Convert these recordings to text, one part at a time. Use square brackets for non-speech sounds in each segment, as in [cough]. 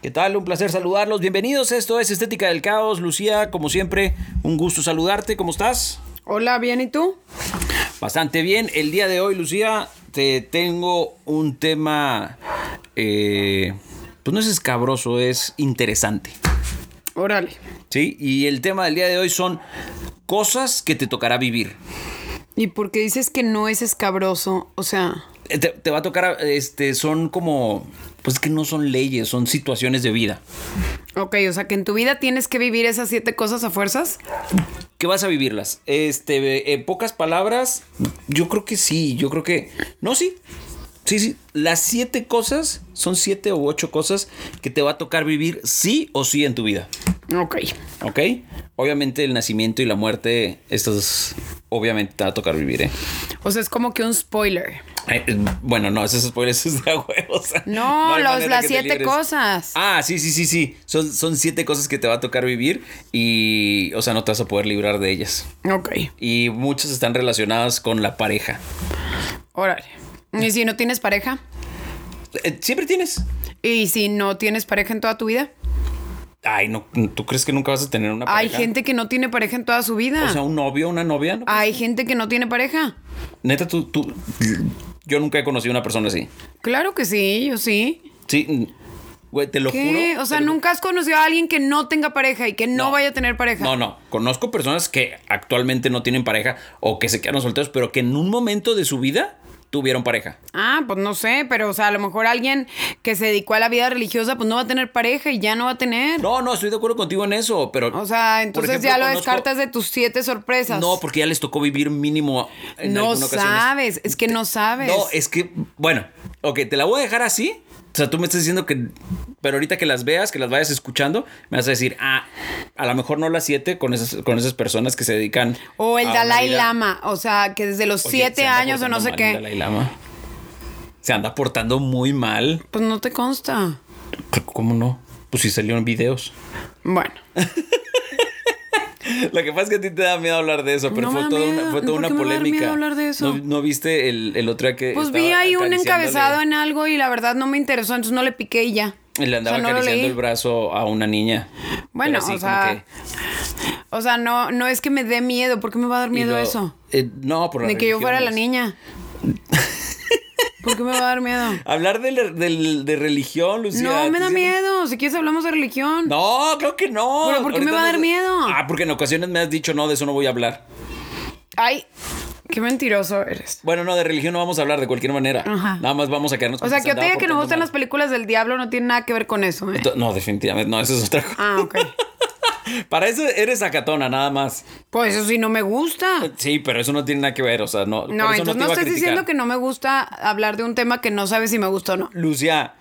¿Qué tal? Un placer saludarlos. Bienvenidos. Esto es Estética del Caos. Lucía, como siempre, un gusto saludarte. ¿Cómo estás? Hola, ¿bien y tú? Bastante bien. El día de hoy, Lucía, te tengo un tema. eh, pues no es escabroso, es interesante. Órale. Sí, y el tema del día de hoy son cosas que te tocará vivir. ¿Y por qué dices que no es escabroso? O sea, Eh, Te, te va a tocar, este, son como, pues es que no son leyes, son situaciones de vida. ok, o sea que en tu vida tienes que vivir esas siete cosas a fuerzas. que vas a vivirlas. Este, en pocas palabras, yo creo que sí, yo creo que... No, sí. Sí, sí. Las siete cosas son siete u ocho cosas que te va a tocar vivir sí o sí en tu vida. Ok. ¿Ok? Obviamente el nacimiento y la muerte, estas obviamente te va a tocar vivir, ¿eh? O sea, es como que un spoiler. Eh, eh, Bueno, no, esos spoilers [laughs] es de a huevos. No, hay los- manera las que te siete libres. cosas. Ah, sí, sí, sí, sí. Son, son siete cosas que te va a tocar vivir y, o sea, no te vas a poder librar de ellas. Ok. y muchas están relacionadas con la pareja. Órale. ¿Y si no tienes pareja? Eh, Siempre tienes. ¿Y si no tienes pareja en toda tu vida? Ay, no, ¿tú crees que nunca vas a tener una pareja? Hay gente ah. que no tiene pareja en toda su vida. O sea, un novio, una novia. ¿no? Hay gente que no tiene pareja. Neta, tú, tú. Yo nunca he conocido a una persona así. Claro que sí, yo sí. Sí, mm, güey, te lo ¿Qué? juro. O sea, te lo- nunca has conocido a alguien que no tenga pareja y que no, vaya a tener pareja. No, no. Conozco personas que actualmente no tienen pareja o que se quedaron solteros, pero que en un momento de su vida tuvieron pareja. Ah, pues no sé, pero o sea, a lo mejor alguien que se dedicó a la vida religiosa, pues no va a tener pareja y ya no va a tener. No, no, estoy de acuerdo contigo en eso, pero. O sea, por entonces ejemplo, ya lo conozco- descartas de tus siete sorpresas. No, porque ya les tocó vivir mínimo. En no alguna ocasión. este sabes, es que no sabes. No, es que, bueno, ok, te la voy a dejar así. O sea, tú me estás diciendo que, pero ahorita que las veas, que las vayas escuchando, me vas a decir, ah, a lo mejor no las siete con esas, con esas personas que se dedican. o el a Dalai una vida- Lama, o sea, que desde los Oye, se siete anda años o no portando sé mal qué. el Dalai Lama. Se anda portando muy mal. Pues no te consta. ¿Cómo no? Pues sí salieron videos. [laughs] Bueno, Lo que pasa es que a ti te da miedo hablar de eso, pero No me fue, da toda una, miedo. fue toda ¿Por una qué me va a dar polémica. miedo hablar de eso? ¿No, no viste el, el otro día que. pues estaba vi ahí un acariciándole- encabezado en algo y la verdad no me interesó, entonces no le piqué y ya. Y Le andaba O sea, no lo acariciando leí. el brazo a una niña. Bueno, Pero así o como sea, o sea, no, no es que me dé miedo, ¿por qué me va a dar y miedo lo- eso? eh, no, por la Ni que yo fuera la religión es- niña. [laughs] ¿Por qué me va a dar miedo? Hablar de, la- del- de religión, Lucía. no, me ¿tú da sí- miedo. Si quieres hablamos de religión. No, creo que no. Pero, ¿por qué me Ahorita va a dar no- miedo? Ah, porque en ocasiones me has dicho, no, de eso no voy a hablar. Ay, qué mentiroso eres. Bueno, no, de religión no vamos a hablar de cualquier manera. Ajá. Nada más vamos a quedarnos O con sea, que yo se te diga andaba que nos gustan las portando películas del diablo no tiene nada que ver con eso. ¿eh? mal. No, definitivamente, no, eso es otra cosa. Ah, ok. [laughs] Para eso eres acatona, nada más. Pues eso sí no me gusta. Sí, pero eso no tiene nada que ver, o sea, no. por eso No, entonces te no, iba a estás criticar. diciendo que no me gusta hablar de un tema que no sabes si me gusta o no. Lucía,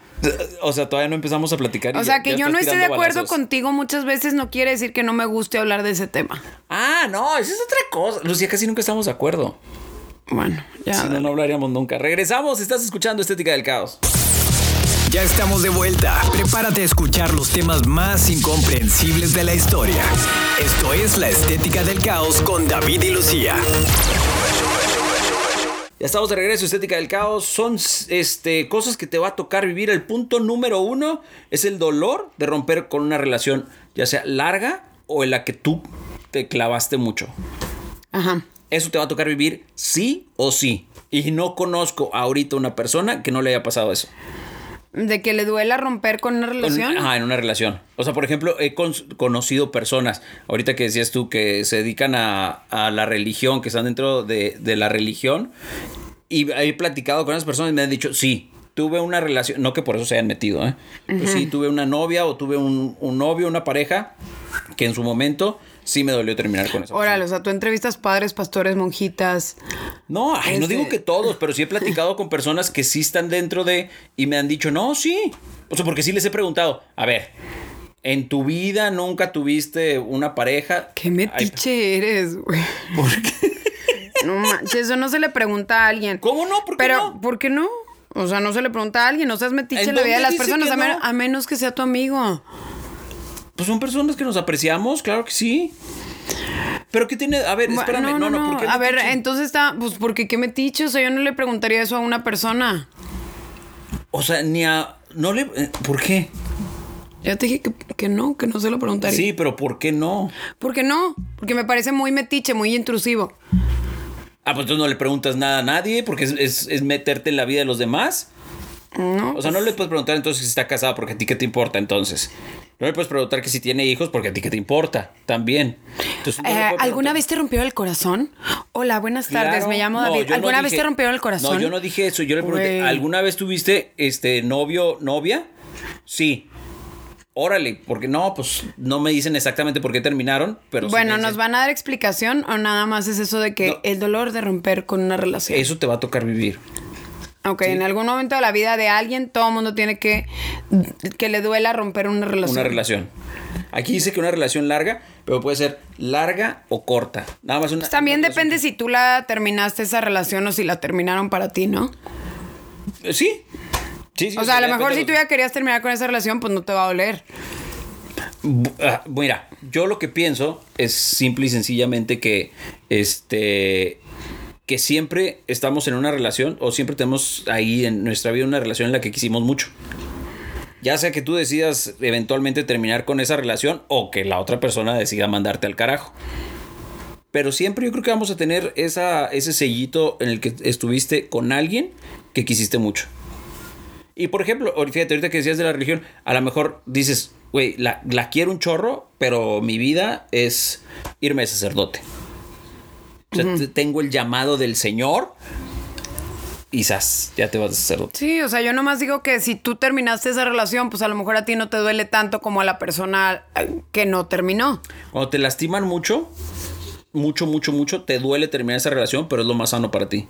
o sea, todavía no empezamos a platicar. y O ya- sea, ya que yo estás no esté de tirando acuerdo balazos. contigo muchas veces no quiere decir que no me guste hablar de ese tema. Ah, no, esa es otra cosa. Lucía, casi nunca estamos de acuerdo. Bueno, ya. Si no, no hablaríamos nunca. Regresamos, estás escuchando Estética del Caos. Ya estamos de vuelta. Prepárate a escuchar los temas más incomprensibles de la historia. Esto es La Estética del Caos con David y Lucía. Ya estamos de regreso, Estética del Caos. Son este, cosas que te va a tocar vivir. El punto número uno es el dolor de romper con una relación, ya sea larga o en la que tú te clavaste mucho. Ajá. Eso te va a tocar vivir sí o sí. Y no conozco ahorita una persona que no le haya pasado eso. De que le duela romper con una relación. En, ajá, en una relación. O sea, por ejemplo, he cons- conocido personas, ahorita que decías tú, que se dedican a, a la religión, que están dentro de, de la religión, y he platicado con esas personas y me han dicho, sí, tuve una relación, no que por eso se hayan metido, ¿eh? Pero sí, tuve una novia o tuve un, un novio, una pareja, que en su momento sí me dolió terminar con esa Órale, o sea, tú entrevistas padres, pastores, monjitas. No, ay, no Este- digo que todos, pero sí he platicado con personas que sí están dentro de y me han dicho, no, sí. O sea, porque sí les he preguntado, a ver, en tu vida nunca tuviste una pareja. Qué Ay, metiche eres, güey. ¿Por qué? No manches, eso no se le pregunta a alguien. ¿Cómo no? ¿Por qué Pero, no? ¿por qué no? O sea, no se le pregunta a alguien, no seas metiche ¿En en la vida de dónde las dice personas, que a, men- no? a menos que sea tu amigo. Pues son personas que nos apreciamos, claro que sí. Pero ¿qué tiene? A ver, Bueno, espérame. No, no, ¿por qué A ver, metiche? entonces está, pues porque qué metiche, o sea, yo no le preguntaría eso a una persona. O sea, ni a. No le. eh, ¿Por qué? Ya te dije que, que no, que no se lo preguntaría. Sí, pero ¿por qué no? ¿Por qué no? Porque me parece muy metiche, muy intrusivo. Ah, pues entonces no le preguntas nada a nadie porque es, es- es meterte en la vida de los demás. No. pues- O sea, no le puedes preguntar entonces si está casada porque a ti qué te importa entonces. No le puedes preguntar que si tiene hijos porque a ti qué te importa también. Entonces, no le Eh, puedes ¿Alguna preguntar. vez te rompió el corazón? Hola, buenas tardes, Claro. me llamo No, David. yo no ¿Alguna vez dije- te rompió el corazón? No, yo no dije eso. Yo le pregunté, Güey. ¿alguna vez tuviste este novio, novia? Sí. Órale, porque no, pues no me dicen exactamente por qué terminaron, pero sí bueno, me ¿nos dicen, van a dar explicación o nada más es eso de que No. el dolor de romper con una relación? Eso te va a tocar vivir. Ok, en algún momento de la vida de alguien, todo el mundo tiene que que le duela romper una relación. Una relación. Aquí dice que una relación larga, pero puede ser larga o corta. Nada más una. Pues también una depende si tú la terminaste esa relación o si la terminaron para ti, ¿no? relación- Sí. Sí, sí, O sea, a lo depende mejor de si los- tú ya querías terminar con esa relación, pues no te va a doler. Bu- ah, Mira, yo lo que pienso es simple y sencillamente que este que siempre estamos en una relación o siempre tenemos ahí en nuestra vida una relación en la que quisimos mucho. Ya sea que tú decidas eventualmente terminar con esa relación o que la otra persona decida mandarte al carajo. Pero siempre yo creo que vamos a tener esa, ese sellito en el que estuviste con alguien que quisiste mucho. Y por ejemplo, ahor- fíjate, ahorita que decías de la religión, a lo mejor dices, güey, la, la quiero un chorro, pero mi vida es irme de sacerdote. O sea, te- tengo el llamado del Señor. Y zas, ya te vas de sacerdote. Sí, o sea, yo nomás digo que si tú terminaste esa relación, pues a lo mejor a ti no te duele tanto como a la persona eh, que no terminó. Cuando te lastiman mucho, mucho, mucho, mucho, te duele terminar esa relación, pero es lo más sano para ti.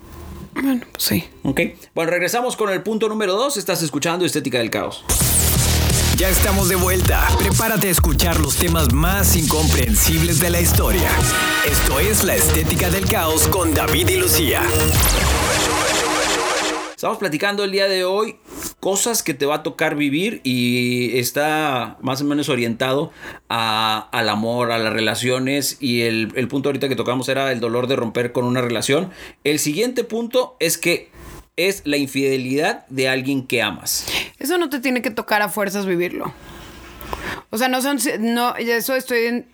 Bueno, pues sí. ¿Ok? Bueno, regresamos con el punto número dos. Estás escuchando Estética del Caos. Ya estamos de vuelta. Prepárate a escuchar los temas más incomprensibles de la historia. Esto es La Estética del Caos con David y Lucía. Estamos platicando el día de hoy cosas que te va a tocar vivir y está más o menos orientado a- al amor, a las relaciones y el, el punto ahorita que tocamos era el dolor de romper con una relación. El siguiente punto es que es la infidelidad de alguien que amas. Eso no te tiene que tocar a fuerzas vivirlo. O sea, no son. No, eso estoy en.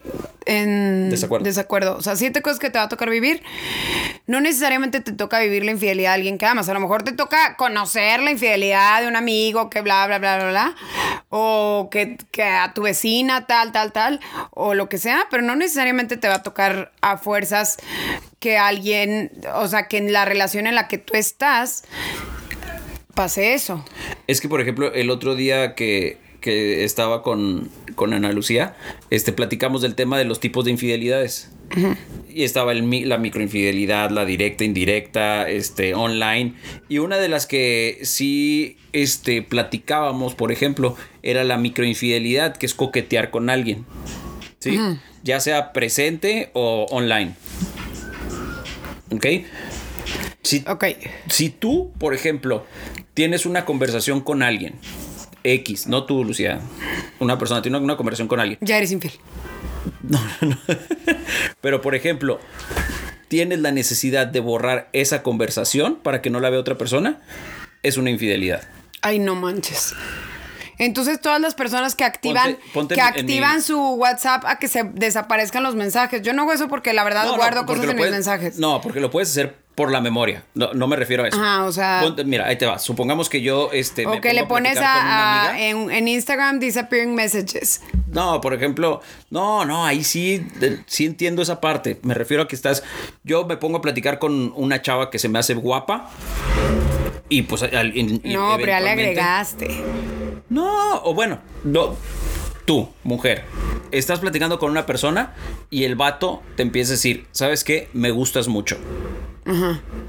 en Desacuerdo. desacuerdo. O sea, siete cosas que te va a tocar vivir. No necesariamente te toca vivir la infidelidad de alguien que amas. A lo mejor te toca conocer la infidelidad de un amigo que bla, bla, bla, bla, bla. O que, que a tu vecina, tal, tal, tal. O lo que sea. Pero no necesariamente te va a tocar a fuerzas que alguien. O sea, que en la relación en la que tú estás pase eso. Es que, por ejemplo, el otro día que, que estaba con, con Ana Lucía, este, platicamos del tema de los tipos de infidelidades. Y estaba el, mi- la microinfidelidad, la directa, indirecta, este, online. Y una de las que sí este, platicábamos, por ejemplo, era la microinfidelidad, que es coquetear con alguien. ¿Sí? Ya sea presente o online. ¿Ok? Si Ok. si tú, por ejemplo, tienes una conversación con alguien, X, no tú, Lucía, una persona tiene una conversación con alguien, Ya eres infiel. [laughs] pero por ejemplo, tienes la necesidad de borrar esa conversación para que no la vea otra persona, es una infidelidad. Ay, no manches. Entonces todas las personas que activan, Ponte- ponte que en mi- en activan mi- su WhatsApp a que se desaparezcan los mensajes. Yo no hago eso porque la verdad No, no, Ah, guardo porque cosas lo en puedes- mis mensajes. No, porque lo puedes hacer por la memoria. No, no me refiero a eso. Ajá, o sea- Ponte- mira, ahí te va. Supongamos que yo este me o que pongo le a pones platicar con una a, amiga. a- en, en Instagram disappearing messages. No, por ejemplo, no, no, ahí sí, de- sí entiendo esa parte. Me refiero a que estás, yo me pongo a platicar con una chava que se me hace guapa y pues... al- y- y no, pero ya le eventualmente- agregaste. No, o bueno, no, tú, mujer, estás platicando con una persona y el vato te empieza a decir, ¿sabes qué? Me gustas mucho.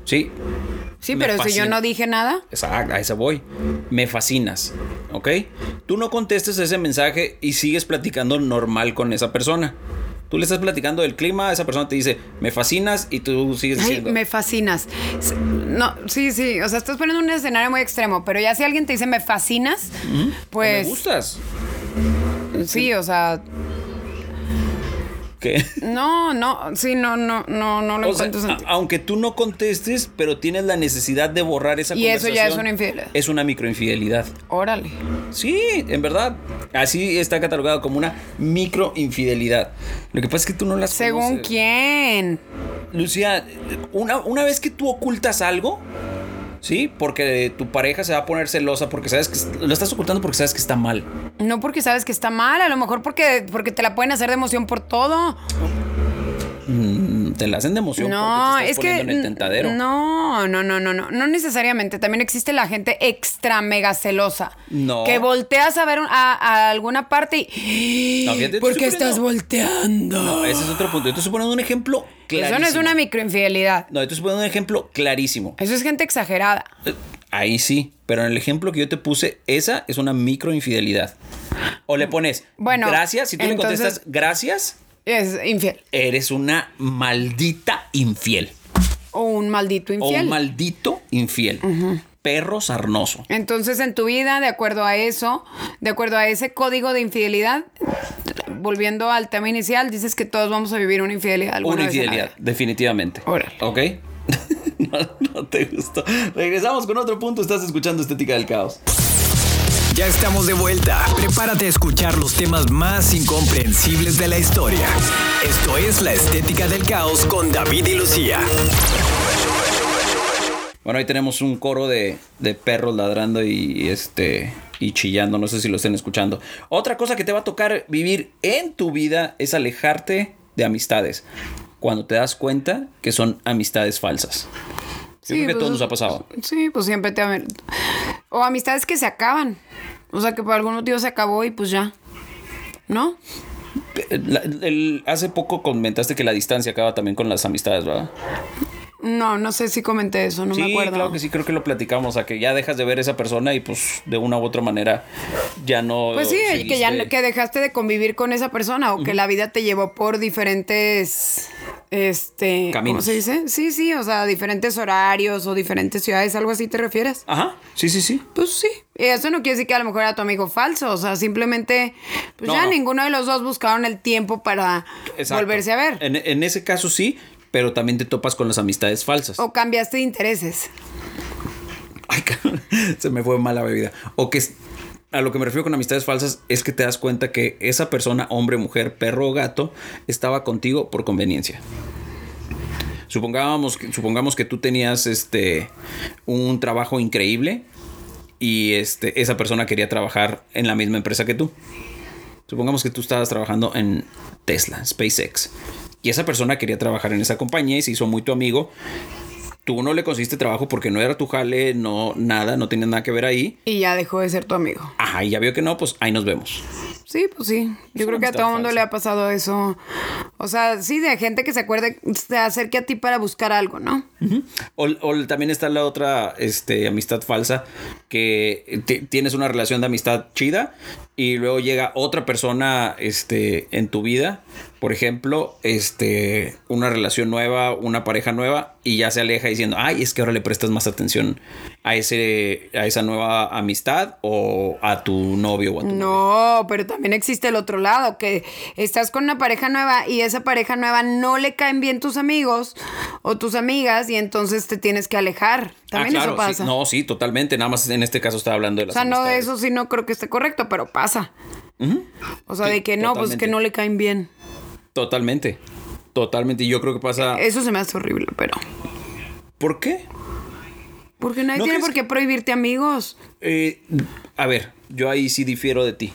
Sí. Sí, Me pero si yo fascina. no dije nada. Esa- a esa voy. Me fascinas. ¿Ok? Tú no contestes ese mensaje y sigues platicando normal con esa persona. Tú le estás platicando del clima, esa persona te dice, me fascinas y tú sigues Ay, diciendo... me fascinas. S- No, sí, sí. O sea, estás poniendo un escenario muy extremo, pero ya si alguien te dice me fascinas, me pues. gustas. Sí, o sea. ¿Qué? No, no, sí, no, no, no, no lo O sea, ah, encuentro a- sentido. aunque tú no contestes, pero tienes la necesidad de borrar esa Y eso conversación. ya es una infidelidad. Es una microinfidelidad. Órale. Sí, en verdad. Así está catalogado como una microinfidelidad. Lo que pasa es que tú no las Según conoces. quién. Lucía, una, una vez que tú ocultas algo, ¿sí? Porque tu pareja se va a poner celosa porque sabes que lo estás ocultando porque sabes que está mal. No porque sabes que está mal, a lo mejor porque, porque te la pueden hacer de emoción por todo. Mm, Te la hacen de emoción No, porque te es estás que. poniendo en el tentadero. No, no, no, no, no. No necesariamente. También existe la gente extra mega celosa. No. Que volteas a ver un- a, a alguna parte y. No, fíjate, ¿Por estoy qué estás poniendo- volteando? No, ese es otro punto. Yo te estoy poniendo un ejemplo clarísimo. Eso no es una microinfidelidad. No, yo te estoy poniendo un ejemplo clarísimo. Eso es gente exagerada. Eh, Ahí sí, pero en el ejemplo que yo te puse, esa es una microinfidelidad. O le pones, Bueno, gracias, si tú entonces- le contestas gracias, Es infiel. eres una maldita infiel. O un maldito O infiel. un maldito infiel. Perro sarnoso. Entonces, en tu vida, de acuerdo a eso, de acuerdo a ese código de infidelidad, volviendo al tema inicial, dices que todos vamos a vivir una infidelidad. alguna Una vez en la infidelidad, vida. definitivamente. Órale. ¿Ok? [laughs] no, no te gustó. Regresamos con otro punto. Estás escuchando Estética del Caos. Ya estamos de vuelta. Prepárate a escuchar los temas más incomprensibles de la historia. Esto es La Estética del Caos con David y Lucía. Bueno, ahí tenemos un coro de, de perros ladrando y este y chillando. No sé si lo estén escuchando. Otra cosa que te va a tocar vivir en tu vida es alejarte de amistades. Cuando te das cuenta que son amistades falsas. Yo creo que a pues, todos nos ha pasado. Sí, pues siempre te... am- O amistades que se acaban. O sea, que por algún motivo se acabó y pues ya. ¿No? La- el- hace poco comentaste que la distancia acaba también con las amistades, ¿verdad? No, no sé si comenté eso, no me sí, acuerdo. claro que sí, creo que lo platicamos, a que ya dejas de ver a esa persona y pues de una u otra manera ya no... Pues sí, que ya no- seguiste. que dejaste de convivir con esa persona o que la vida te llevó por diferentes este ¿cómo Caminos. se dice? Sí, sí, o sea, diferentes horarios o diferentes ciudades, algo así te refieres. Ajá, sí, sí, sí. Pues sí, y eso no quiere decir que a lo mejor era tu amigo falso, o sea, simplemente pues No, ya no. ninguno de los dos buscaron el tiempo para Exacto. volverse a ver En, en ese caso sí, pero también te topas con las amistades falsas. o cambiaste de intereses. [laughs] Ay, cabrón, se me fue mal la bebida. O que es- a lo que me refiero con amistades falsas es que te das cuenta que esa persona, hombre, mujer, perro o gato, estaba contigo por conveniencia. Supongamos que, supongamos que tú tenías este un trabajo increíble y este, esa persona quería trabajar en la misma empresa que tú. Supongamos que tú estabas trabajando en Tesla, SpaceX. Y esa persona quería trabajar en esa compañía y se hizo muy tu amigo. Tú no le conseguiste trabajo porque no era tu jale, no nada, no tenías nada que ver ahí. Y ya dejó de ser tu amigo. Ajá, y ya vio que no, pues ahí nos vemos. Sí, pues sí. Yo Es creo una que a amistad todo el mundo falsa. le ha pasado eso. O sea, sí, de gente que se acuerde, se acerque a ti para buscar algo, ¿no? O, o también está la otra este, amistad falsa, que ti- tienes una relación de amistad chida y luego llega otra persona este, en tu vida, por ejemplo, este, una relación nueva, una pareja nueva, y ya se aleja diciendo, ay, es que ahora le prestas más atención a, ese, a esa nueva amistad o a tu novio o a tu novia". No, pero también existe el otro lado, que estás con una pareja nueva y esa pareja nueva no le caen bien tus amigos o tus amigas y entonces te tienes que alejar. Ah, También claro, eso sí. pasa. No, sí, totalmente. Nada más en este caso estaba hablando de o las sea, no de amistades. eso sí no creo que esté correcto, pero pasa. O sea, Sí, de que no, pues que totalmente. no le caen bien. Totalmente. Totalmente. Y yo creo que pasa. Eso se me hace horrible, pero... ¿Por qué? Porque nadie ¿No tiene crees por qué prohibirte amigos. Eh, a ver, yo ahí sí difiero de ti.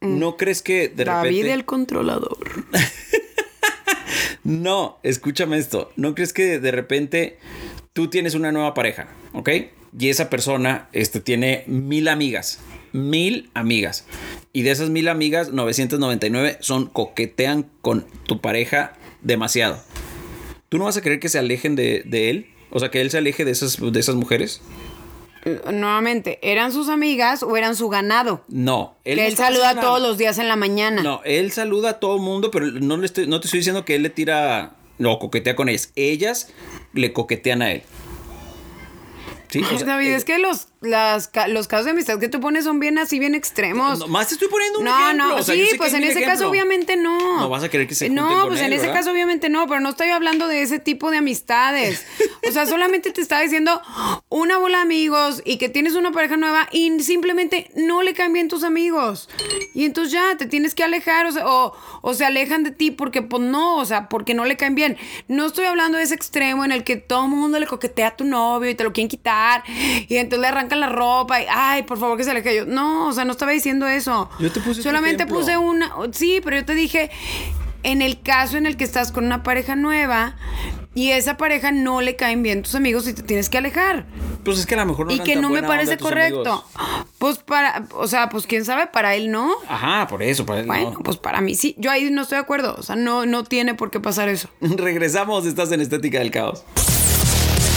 ¿No crees que de Mm. David repente... el controlador. No, escúchame esto. ¿No crees que de repente tú tienes una nueva pareja, ok? Y esa persona este, tiene mil amigas mil amigas. Y de esas mil amigas, 999 son coquetean con tu pareja demasiado. ¿Tú no vas a querer que se alejen de, de él? O sea, que él se aleje de esas, de esas mujeres. Eh, Nuevamente, ¿eran sus amigas o eran su ganado? No. que no él está saluda haciendo todos nada. los días en la mañana. No, él saluda a todo mundo, pero no, le estoy- no te estoy diciendo que él le tira. No, coquetea con ellas. Ellas le coquetean a él. Sí, o Ay, sea, David, eh, es que los, las, ca- los casos de amistad que tú pones son bien así, bien extremos. no, más te estoy poniendo un No, ejemplo. no, o sea, yo sí, sé que pues hay en mil ese caso ejemplos. obviamente no. No vas a querer que se junten No, con pues él, en ese ¿verdad? caso obviamente no, pero no estoy hablando de ese tipo de amistades. O sea, solamente te estaba diciendo una bola de amigos y que tienes una pareja nueva y simplemente no le cambian tus amigos. Y entonces ya te tienes que alejar o, se- o, o se alejan de ti porque pues no, o sea, porque no le caen bien. No estoy hablando de ese extremo en el que todo el mundo le coquetea a tu novio y te lo quieren quitar y entonces le arrancan la ropa y ay, por favor que se aleje yo. No, o sea, no estaba diciendo eso. Yo te puse otro Solamente ejemplo. puse una. o- Sí, pero yo te dije. En el caso en el que estás con una pareja nueva y esa pareja no le caen bien tus amigos y te tienes que alejar. Pues es que a lo mejor no y eran que tan no me buena onda parece tus correcto. amigos. Pues para, o sea, pues quién sabe, para él no. Ajá, por eso. Para él, Bueno, no. pues para mí sí. Yo ahí no estoy de acuerdo. O sea, no, no tiene por qué pasar eso. [laughs] [laughs] Regresamos, estás en Estética del Caos.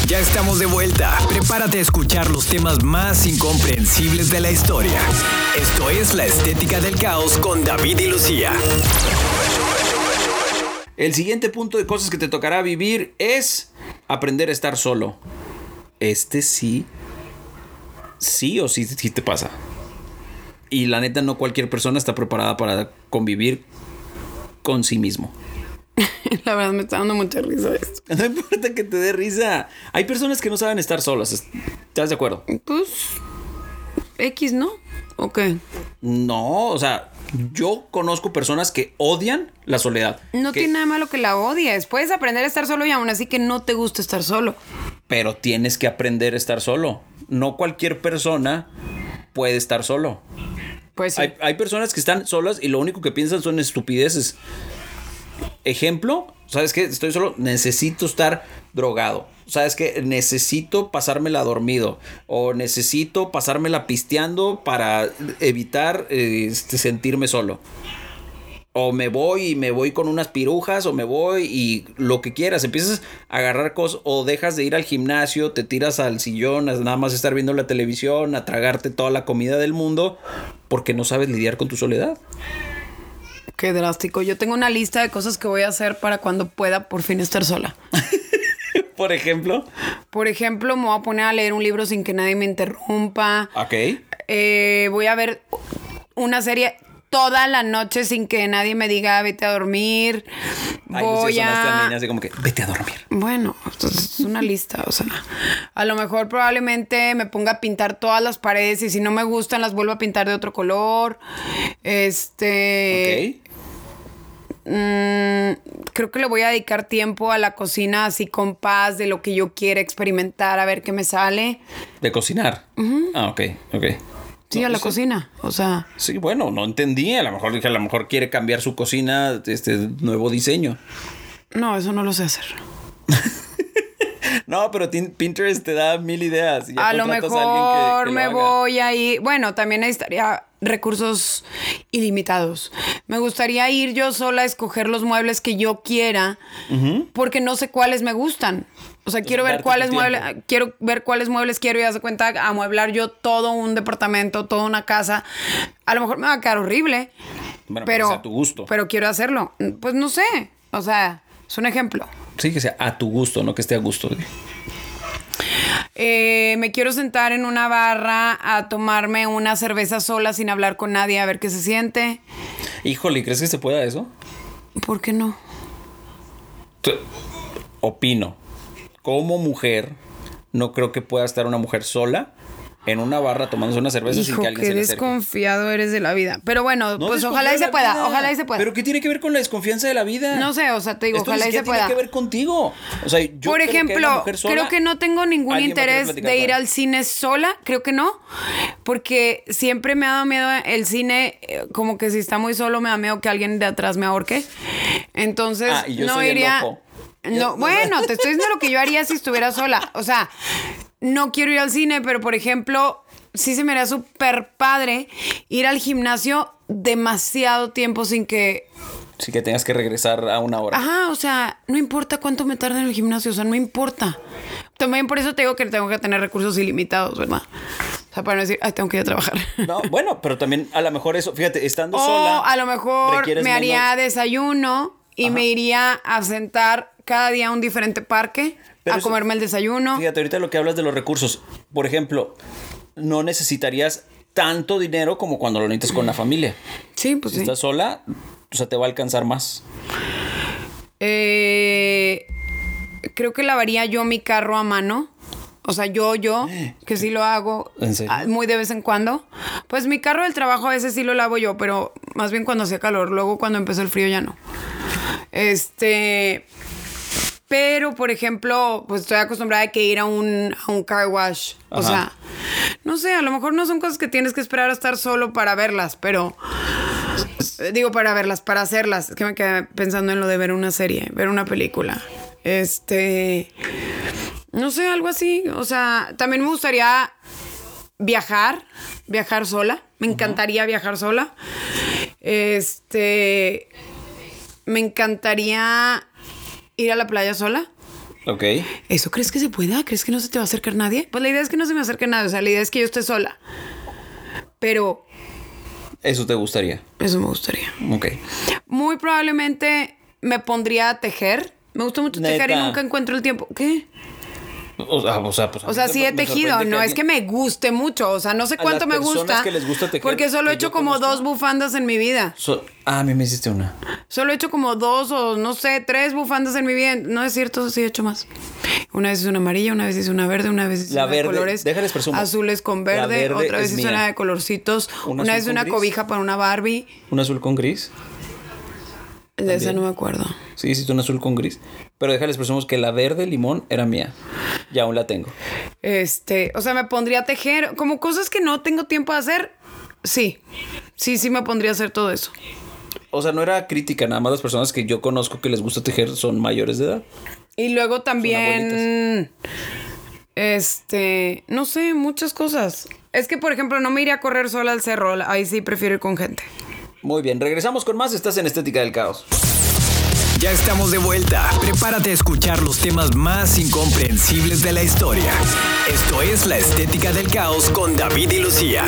Ya estamos de vuelta. Prepárate a escuchar los temas más incomprensibles de la historia. Esto es La Estética del Caos con David y Lucía. El siguiente punto de cosas que te tocará vivir es aprender a estar solo. Este sí, sí o sí, sí te pasa. Y la neta, no cualquier persona está preparada para convivir con sí mismo. [laughs] La verdad me está dando mucha risa esto. No importa que te dé risa. Hay personas que no saben estar solas. es- ¿Estás de acuerdo? Pues X, ¿no? Ok. No, o sea, yo conozco personas que odian la soledad. No que- tiene nada malo que la odies. Puedes aprender a estar solo y aún así que no te gusta estar solo. pero tienes que aprender a estar solo. No cualquier persona puede estar solo. Pues sí. Hay, hay personas que están solas y lo único que piensan son estupideces. Ejemplo, ¿sabes qué? Estoy solo, necesito estar drogado. ¿Sabes qué? Necesito pasármela dormido. O necesito pasármela pisteando para evitar eh, este, sentirme solo. O me voy y me voy con unas pirujas, o me voy y lo que quieras. Empiezas a agarrar cosas, o dejas de ir al gimnasio, te tiras al sillón, a nada más estar viendo la televisión, a tragarte toda la comida del mundo, porque no sabes lidiar con tu soledad. [laughs] Qué drástico. Yo tengo una lista de cosas que voy a hacer para cuando pueda por fin estar sola. Por ejemplo. Por ejemplo, me voy a poner a leer un libro sin que nadie me interrumpa. Ah, Ok. Eh, voy a ver una serie toda la noche sin que nadie me diga vete a dormir. Ay, Lucía, Voy pues sonaste a a... mí, así como que, vete a dormir. Bueno, pues, es una lista, o sea, a lo mejor probablemente me ponga a pintar todas las paredes y si no me gustan las vuelvo a pintar de otro color. Este, ok. mm, creo que le voy a dedicar tiempo a la cocina así con paz de lo que yo quiera experimentar, a ver qué me sale. De cocinar. Ah, ok, ok. Sí, No, a la sí. cocina, o sea, Sí, bueno, no entendí. A lo mejor dije, a lo mejor quiere cambiar su cocina, este nuevo diseño. no, eso no lo sé hacer. No, pero Tin- Pinterest te da mil ideas. y ya a lo contratas mejor a alguien que- que lo me haga. voy a ir. Bueno, también necesitaría recursos ilimitados. Me gustaría ir yo sola a escoger los muebles que yo quiera, porque no sé cuáles me gustan. O sea, quiero ver darte tu cuáles tiempo. muebles, quiero ver cuáles muebles quiero y hace cuenta amueblar yo todo un departamento, toda una casa. A lo mejor me va a quedar horrible. Bueno, pero pero sea a tu gusto. Pero quiero hacerlo. Pues no sé. O sea, es un ejemplo. Sí, que sea a tu gusto, no que esté a gusto. Eh, me quiero sentar en una barra a tomarme una cerveza sola sin hablar con nadie a ver qué se siente. Híjole, ¿crees que se pueda eso? ¿Por qué no? T- Opino. Como mujer, no creo que pueda estar una mujer sola en una barra tomándose una cerveza sin Hijo, que alguien qué se le acerque. desconfiado eres de la vida. Pero bueno, No pues desconfío ojalá y de se la pueda, vida. ojalá y se pueda. Pero ¿qué tiene que ver con la desconfianza de la vida? No sé, o sea, te digo, Esto ni ojalá y se siquiera pueda. tiene que ver contigo. O sea, yo Por creo que ejemplo, una mujer sola, creo que no tengo ningún alguien va a querer interés platicar de ir con al cine sola, creo que no, porque siempre me ha dado miedo el cine, eh, como que si está muy solo me da miedo que alguien de atrás me ahorque. Entonces, Ah, y yo no soy el iría. loco. No, bueno, te estoy diciendo lo que yo haría si estuviera sola. O sea, no quiero ir al cine, pero por ejemplo, sí se me haría súper padre ir al gimnasio demasiado tiempo sin que Sí que tengas que regresar a una hora. Ajá, o sea, no importa cuánto me tarde en el gimnasio, o sea, no me importa. También por eso te digo que tengo que tener recursos ilimitados, ¿verdad? O sea, para no decir, ay, tengo que ir a trabajar. No, bueno, pero también a lo mejor eso, fíjate, estando [laughs] o sola. a lo mejor requieres me haría menos- desayuno y Ajá. me iría a sentar cada día a un diferente parque Pero a eso- comerme el desayuno. Fíjate, ahorita lo que hablas de los recursos. Por ejemplo, no necesitarías tanto dinero como cuando lo necesitas con la familia. Sí, pues Si sí. estás sola, o sea, te va a alcanzar más. Eh, creo que lavaría yo mi carro a mano. O sea, yo, yo, que sí lo hago ¿En serio? ah, muy de vez en cuando. Pues mi carro del trabajo a veces sí lo lavo yo, pero más bien cuando hacía calor. Luego cuando empezó el frío ya no. Este. Pero, por ejemplo, pues estoy acostumbrada a que ir a un, a un car wash. O Ajá. sea, no sé, a lo mejor no son cosas que tienes que esperar a estar solo para verlas, pero. Eh, Digo, para verlas, para hacerlas. Es que me quedé pensando en lo de ver una serie, ver una película. Este. No sé, algo así. O sea, también me gustaría viajar, viajar sola. Me encantaría viajar sola. Este. Me encantaría ir a la playa sola. Ok. ¿Eso crees que se pueda? ¿Crees que no se te va a acercar nadie? Pues la idea es que no se me acerque nadie. O sea, la idea es que yo esté sola. Pero Eso te gustaría. eso me gustaría. Ok. Muy probablemente me pondría a tejer. Me gusta mucho tejer y Neta. nunca encuentro el tiempo. ¿Qué? O sea, o sea, pues, O sea, sí he me sorprende tejido, no es alguien- que me guste mucho, o sea, no sé A cuánto las me personas gusta. que les gusta tejer, porque solo he que hecho yo como conozco. dos bufandas en mi vida. So- ah, a mí me hiciste una. Solo he hecho como dos o no sé, tres bufandas en mi vida. No es cierto, sí he hecho más. Una vez hice una amarilla, una vez hice una verde, una vez hice La una de verde, colores déjales presumo. azules con La verde, verde otra vez es hice mía. una de colorcitos, ¿Una azul una, vez con una gris? cobija para una Barbie. Un azul con gris. De esa no me acuerdo. Sí, hiciste un azul con gris. Pero déjales presumos que la verde limón era mía. Y aún la tengo. Este, o sea, me pondría a tejer, como cosas que no tengo tiempo de hacer. Sí, sí, sí me pondría a hacer todo eso. O sea, no era crítica, nada más las personas que yo conozco que les gusta tejer son mayores de edad. Y luego también, este, no sé, muchas cosas. Es que, por ejemplo, no me iría a correr sola al cerro, ahí sí prefiero ir con gente. Muy bien, regresamos con más. Estás en Estética del Caos. Ya estamos de vuelta. Prepárate a escuchar los temas más incomprensibles de la historia. Esto es La Estética del Caos con David y Lucía.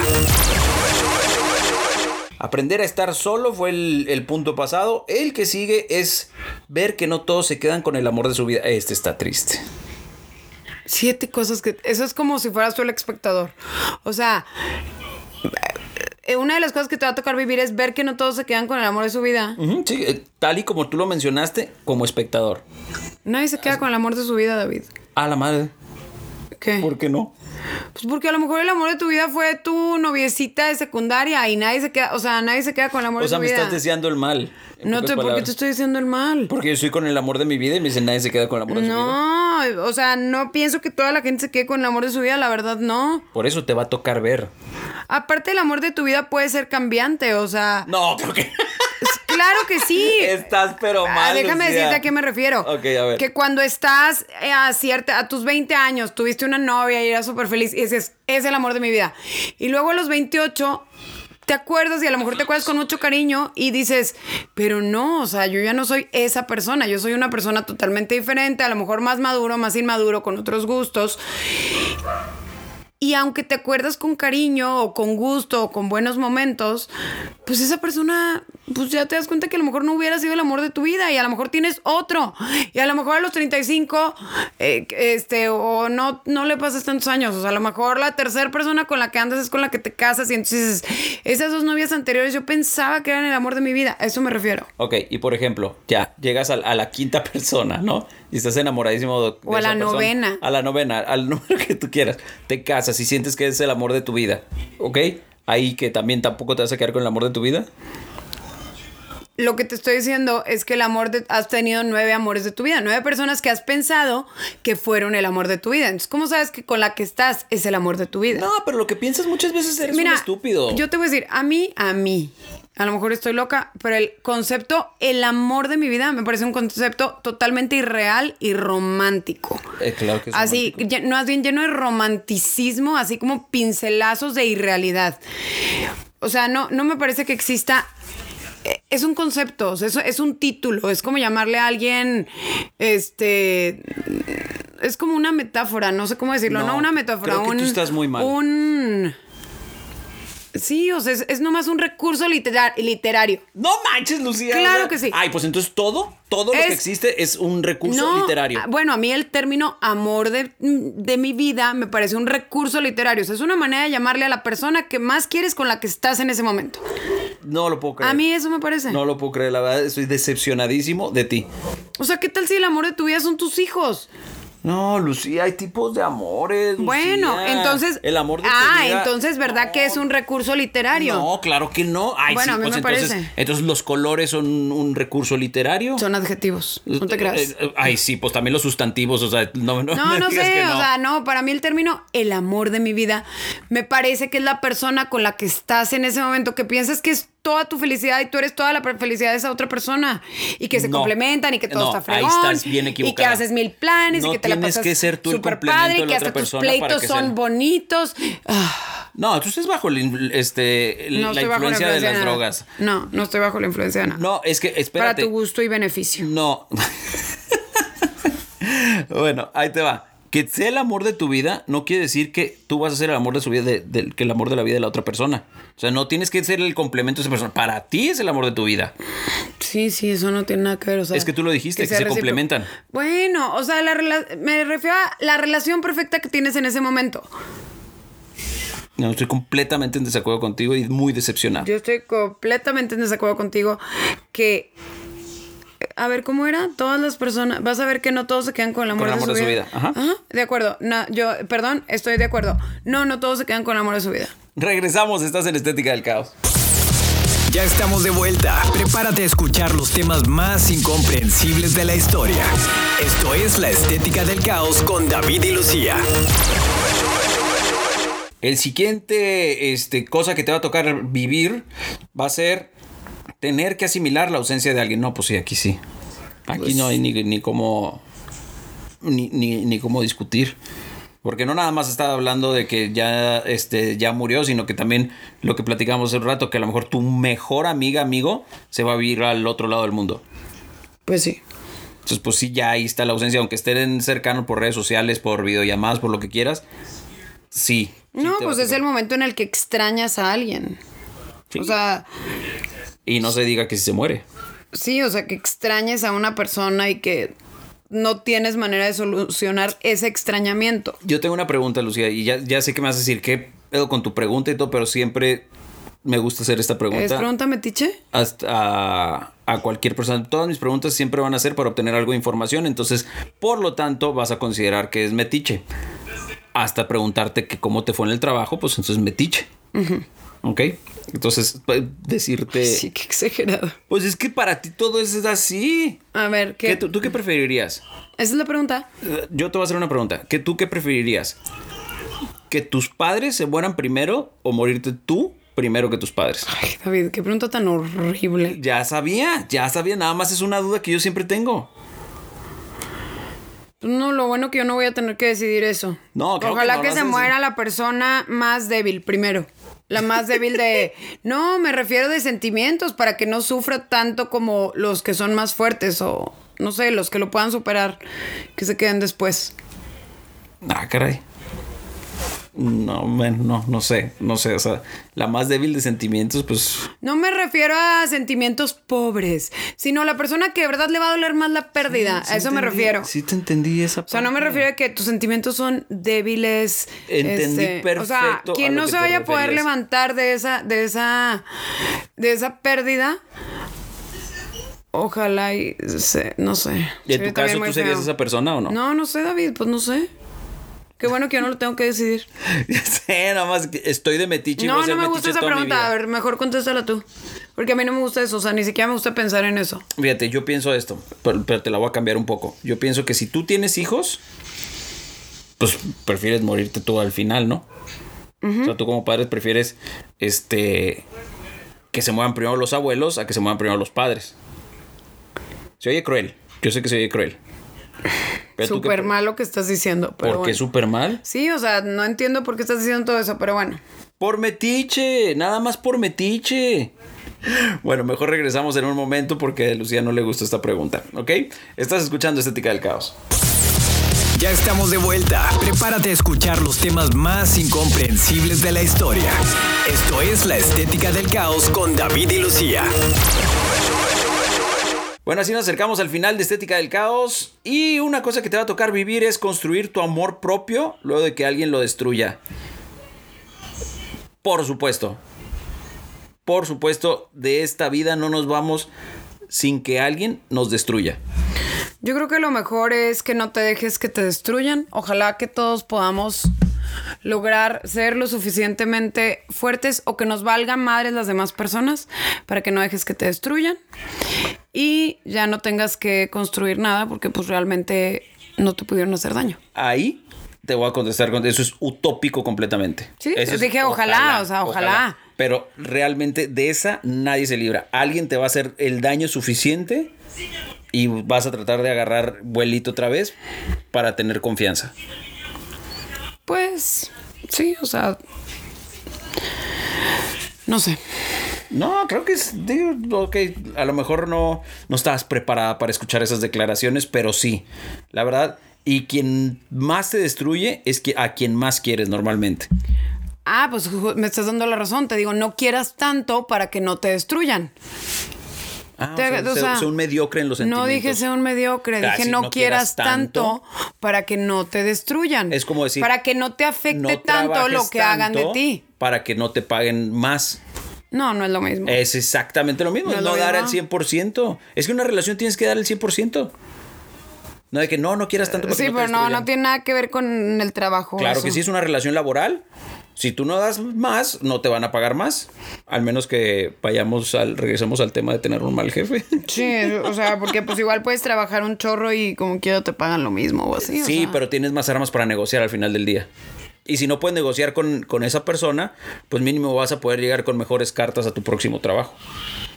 Aprender a estar solo fue el, el punto pasado. El que sigue es ver que no todos se quedan con el amor de su vida. Este está triste. Siete cosas que... Eso es como si fueras tú el espectador. O sea, eh, una de las cosas que te va a tocar vivir es ver que no todos se quedan con el amor de su vida. Ujú, sí, eh, tal y como tú lo mencionaste, como espectador. Nadie se queda con el amor de su vida, David. A la madre. ¿Qué? ¿Por qué no? Pues porque a lo mejor el amor de tu vida fue tu noviecita de secundaria y nadie se queda, o sea, nadie se queda con el amor O de sea, su me vida. estás deseando el mal. en no pocas te, ¿por qué palabras. te estoy diciendo el mal? Porque yo estoy con el amor de mi vida y me dicen nadie se queda con el amor de su vida. No, o sea, no pienso que toda la gente se quede con el amor de su vida, la verdad no. Por eso te va a tocar ver. Aparte el amor de tu vida puede ser cambiante, o sea, No, porque claro que [laughs] sí. estás pero Ah, mal. déjame Lucía. decirte a qué me refiero. Ok, a ver. Que cuando estás eh, a cierta, a tus 20 años, tuviste una novia y eras súper feliz, y dices, es el amor de mi vida. Y luego a los 28 te acuerdas y a lo mejor te acuerdas con mucho cariño y dices, pero no, o sea, yo ya no soy esa persona, yo soy una persona totalmente diferente, a lo mejor más maduro, más inmaduro, con otros gustos. Y aunque te acuerdas con cariño o con gusto o con buenos momentos, pues esa persona, pues ya te das cuenta que a lo mejor no hubiera sido el amor de tu vida y a lo mejor tienes otro. Y a lo mejor a los 35, eh, este, o no, no le pasas tantos años. O sea, a lo mejor la tercera persona con la que andas es con la que te casas y entonces dices, esas dos novias anteriores yo pensaba que eran el amor de mi vida. A eso me refiero. Ok, y por ejemplo, ya llegas a, a la quinta [laughs] persona, ¿no? Y estás enamoradísimo de, de O a esa la persona. novena. A la novena, al [laughs] número que tú quieras. Te casas y sientes que es el amor de tu vida, ¿ok? Ahí que también tampoco te vas a quedar con el amor de tu vida. lo que te estoy diciendo es que el amor de, has tenido nueve amores de tu vida, nueve personas que has pensado que fueron el amor de tu vida. Entonces, ¿cómo sabes que con la que estás es el amor de tu vida? No, pero lo que piensas muchas veces eres un estúpido. Yo te voy a decir, a mí, a mí, a lo mejor estoy loca, pero el concepto, el amor de mi vida, me parece un concepto totalmente irreal y romántico. Eh, claro que es así, romántico. lle- no, más bien lleno de romanticismo, así como pincelazos de irrealidad. O sea, no, no me parece que exista. eh, Es un concepto, o sea, es, es un título, es como llamarle a alguien, este, es como una metáfora, no sé cómo decirlo, no, No, una metáfora, creo que un, tú estás muy mal. un, sí, o sea, es, es nomás un recurso litera- literario. No manches, Lucía. Claro o sea, que sí. Ay, pues entonces todo, todo lo Es- que existe es un recurso literario. ah, Bueno, a mí el término amor de, de mi vida me parece un recurso literario. O sea, es una manera de llamarle a la persona que más quieres con la que estás en ese momento. No lo puedo creer. A mí eso me parece. No lo puedo creer, la verdad, estoy decepcionadísimo de ti. O sea, ¿qué tal si el amor de tu vida son tus hijos? No, Lucía, hay tipos de amores. Lucía. Bueno, entonces. El amor de tu Ah, vida- entonces, ¿verdad que es un recurso literario? No, claro que no. Ay, sí, Bueno, a mí pues me entonces, parece. entonces los colores son un recurso literario. Son adjetivos. No te creas. Eh, eh, Ay, sí, pues también los sustantivos, o sea, no, [laughs] no, [laughs] No, me no digas sé, que o no. sea, no, para mí el término el amor de mi vida me parece que es la persona con la que estás en ese momento, que piensas que es toda tu felicidad y tú eres toda la per- felicidad de esa otra persona y que se No. complementan y que todo No, está ahí fregón estás bien y que equivocada. haces mil planes y No que te la tienes pasas que ser tú el súper complemento padre de y la que otra hasta tus persona para pleitos que son sean- bonitos. Ah, No, tú estás bajo la, influ- este, no la estoy bajo la influencia de las nada. drogas. No, no estoy bajo la influencia de nada. No, es que, para espérate. tu gusto y beneficio. No. [laughs] bueno, ahí te va. Que sea el amor de tu vida no quiere decir que tú vas a ser el amor de su vida, de- del- que el amor de la vida de la otra persona. O sea, no tienes que ser el complemento de esa persona. Para ti es el amor de tu vida. Sí, sí, eso no tiene nada que ver. O sea, Es que tú lo dijiste, que sea se recíproco. complementan. Bueno, o sea, la rela- me refiero a la relación perfecta que tienes en ese momento. No, estoy completamente en desacuerdo contigo y muy decepcionado. Yo estoy completamente en desacuerdo contigo que... A ver, ¿cómo era? Todas las personas... Vas a ver que no todos se quedan con el Con amor, el amor de su vida. Ajá. de acuerdo. No, yo, perdón, estoy de acuerdo. No, no todos se quedan con el amor de su vida. Regresamos, estás en Estética del Caos. Ya estamos de vuelta. Prepárate a escuchar los temas más incomprensibles de la historia. Esto es La Estética del Caos con David y Lucía. El siguiente este, cosa que te va a tocar vivir va a ser tener que asimilar la ausencia de alguien. No, pues sí, aquí sí. Aquí no hay ni, ni cómo. Ni, ni, ni cómo discutir. Porque no nada más está hablando de que ya, este, ya murió, sino que también lo que platicamos hace un rato, que a lo mejor tu mejor amiga, amigo, se va a vivir al otro lado del mundo. Pues sí. Entonces, pues sí, ya ahí está la ausencia, aunque estén cercanos por redes sociales, por videollamadas, por lo que quieras. Sí. sí No, te va pues a es el momento en el que extrañas a alguien. Sí. O sea, Y no se diga que si se muere. Sí, o sea, que extrañes a una persona y que no tienes manera de solucionar ese extrañamiento. Yo tengo una pregunta, Lucía, y ya, ya sé que me vas a decir qué pedo con tu pregunta y todo, pero siempre me gusta hacer esta ¿Es pregunta. pregunta metiche? hasta a, a cualquier persona. Todas mis preguntas siempre van a ser para obtener algo de información, entonces, por lo tanto, vas a considerar que es metiche. Hasta preguntarte que cómo te fue en el trabajo, pues entonces metiche. ¿Ok? Entonces, pa- decirte... Sí, qué exagerado. Pues es que para ti todo es así. A ver, ¿Qué, ¿qué? tú, ¿Tú qué preferirías? Esa es la pregunta. Eh, Yo te voy a hacer una pregunta. ¿Qué tú qué preferirías? ¿Que tus padres se mueran primero o morirte tú primero que tus padres? Ay, David, qué pregunta tan horrible. Ya sabía, ya sabía. Nada más es una duda que yo siempre tengo. No, lo bueno que yo no voy a tener que decidir eso. No, claro que Ojalá no que, lo se haces. muera la persona más débil primero. La más débil [laughs] de... No, me refiero de sentimientos para que no sufra tanto como los que son más fuertes o, no sé, los que lo puedan superar, que se queden después. Ah, caray. No, bueno, no, no sé, no sé. O sea, la más débil de sentimientos, pues. No me refiero a sentimientos pobres, sino a la persona que de verdad le va a doler más la pérdida. sí a eso me entendí- refiero. Sí, te entendí esa O sea, no me refiero a que tus sentimientos son débiles. este, Entendí O sea, perfecto a quien lo no que se te vaya a poder referías. levantar de esa, de esa, de esa pérdida. Ojalá y se- no sé. ¿Y en Sería tu caso también tú muy serías feo. esa persona o no? No, no sé, David, pues no sé. Qué bueno que yo no lo tengo que decidir. [laughs] Ya sé, nada más que estoy de metiche. y voy No, a no ser me gusta metiche esa toda mi pregunta. vida. A ver, mejor contéstala tú. Porque a mí no me gusta eso. O sea, ni siquiera me gusta pensar en eso. Fíjate, yo pienso esto, pero, pero te la voy a cambiar un poco. Yo pienso que si tú tienes hijos, pues prefieres morirte tú al final, ¿no? O sea, tú como padres prefieres este que se muevan primero los abuelos a que se muevan primero los padres. Se oye cruel. Yo sé que se oye cruel. Pero tú que- Súper malo que estás diciendo. ¿Por Pero qué bueno. súper mal? Sí, o sea, no entiendo por qué estás diciendo todo eso, pero bueno. Por metiche, nada más por metiche. Bueno, mejor regresamos en un momento porque a Lucía no le gustó esta pregunta, ¿ok? Estás escuchando Estética del Caos. Ya estamos de vuelta. Prepárate a escuchar los temas más incomprensibles de la historia. Esto es La Estética del Caos con David y Lucía. Bueno, así nos acercamos al final de Estética del Caos. Y una cosa que te va a tocar vivir es construir tu amor propio luego de que alguien lo destruya. Por supuesto. Por supuesto, de esta vida no nos vamos sin que alguien nos destruya. Yo creo que lo mejor es que no te dejes que te destruyan. Ojalá que todos podamos lograr ser lo suficientemente fuertes o que nos valgan madres las demás personas para que no dejes que te destruyan y ya no tengas que construir nada porque pues realmente no te pudieron hacer daño. Ahí te voy a contestar con eso es utópico completamente. Sí, Eso es dije ojalá, o sea, ojalá. Pero realmente de esa nadie se libra. Alguien te va a hacer el daño suficiente y vas a tratar de agarrar vuelito otra vez para tener confianza. Pues sí, o sea, no sé. No, creo que es, digo, ok, a lo mejor no, no estabas preparada para escuchar esas declaraciones, pero sí, la verdad. Y quien más te destruye es que a quien más quieres normalmente. Ah, pues ju- me estás dando la razón. Te digo, no quieras tanto para que no te destruyan. Ah, o Te- sea, o sé- sea, sé un mediocre en los sentimientos. Ah, No dije sea un mediocre, Casi dije no, quieras tanto, para que no te destruyan. Es como decir, Para que no te afecte no tanto trabajes lo que hagan de tanto ti. Para que no te paguen más. No, no es lo mismo. Es exactamente lo mismo. No No, es lo dar el mismo. 100%. Es que una relación tienes que dar el 100%. No de que no, no quieras tanto. para sí, que te pero no, destruyan. no tiene nada que ver con el trabajo. Claro eso. que sí, es una relación laboral. Si tú no das más, no te van a pagar más. Al menos que vayamos al, regresemos al tema de tener un mal jefe. Sí, o sea, porque pues igual puedes trabajar un chorro y como quiera te pagan lo mismo o así. o Sí, sea. pero tienes más armas para negociar al final del día. Y si no puedes negociar con, con esa persona, pues mínimo vas a poder llegar con mejores cartas a tu próximo trabajo.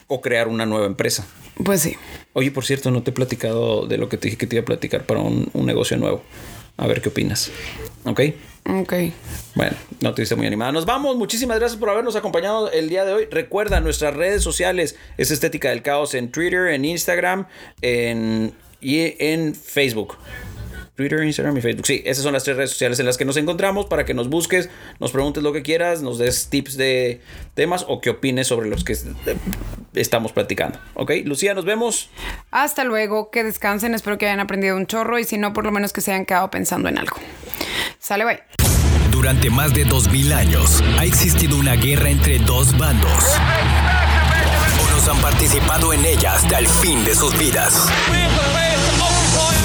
O crear una nueva empresa. Pues sí. Oye, por cierto, no te he platicado de lo que te dije que te iba a platicar para un, un negocio nuevo. A ver qué opinas. ¿Ok? Ok. Bueno, no te viste muy animada. Nos vamos. Muchísimas gracias por habernos acompañado el día de hoy. Recuerda, nuestras redes sociales es Estética del Caos en Twitter, en Instagram, en, y en Facebook. Twitter, Instagram y Facebook. Sí, esas son las tres redes sociales en las que nos encontramos para que nos busques, nos preguntes lo que quieras, nos des tips de temas o que opines sobre los que es- eh, estamos platicando. ¿Ok? Lucía, nos vemos. Hasta luego, que descansen, espero que hayan aprendido un chorro y si no, por lo menos que se hayan quedado pensando en algo. Sale, bye. Durante más de 2000 años ha existido una guerra entre dos bandos. Unos han participado en ella hasta el fin de sus vidas.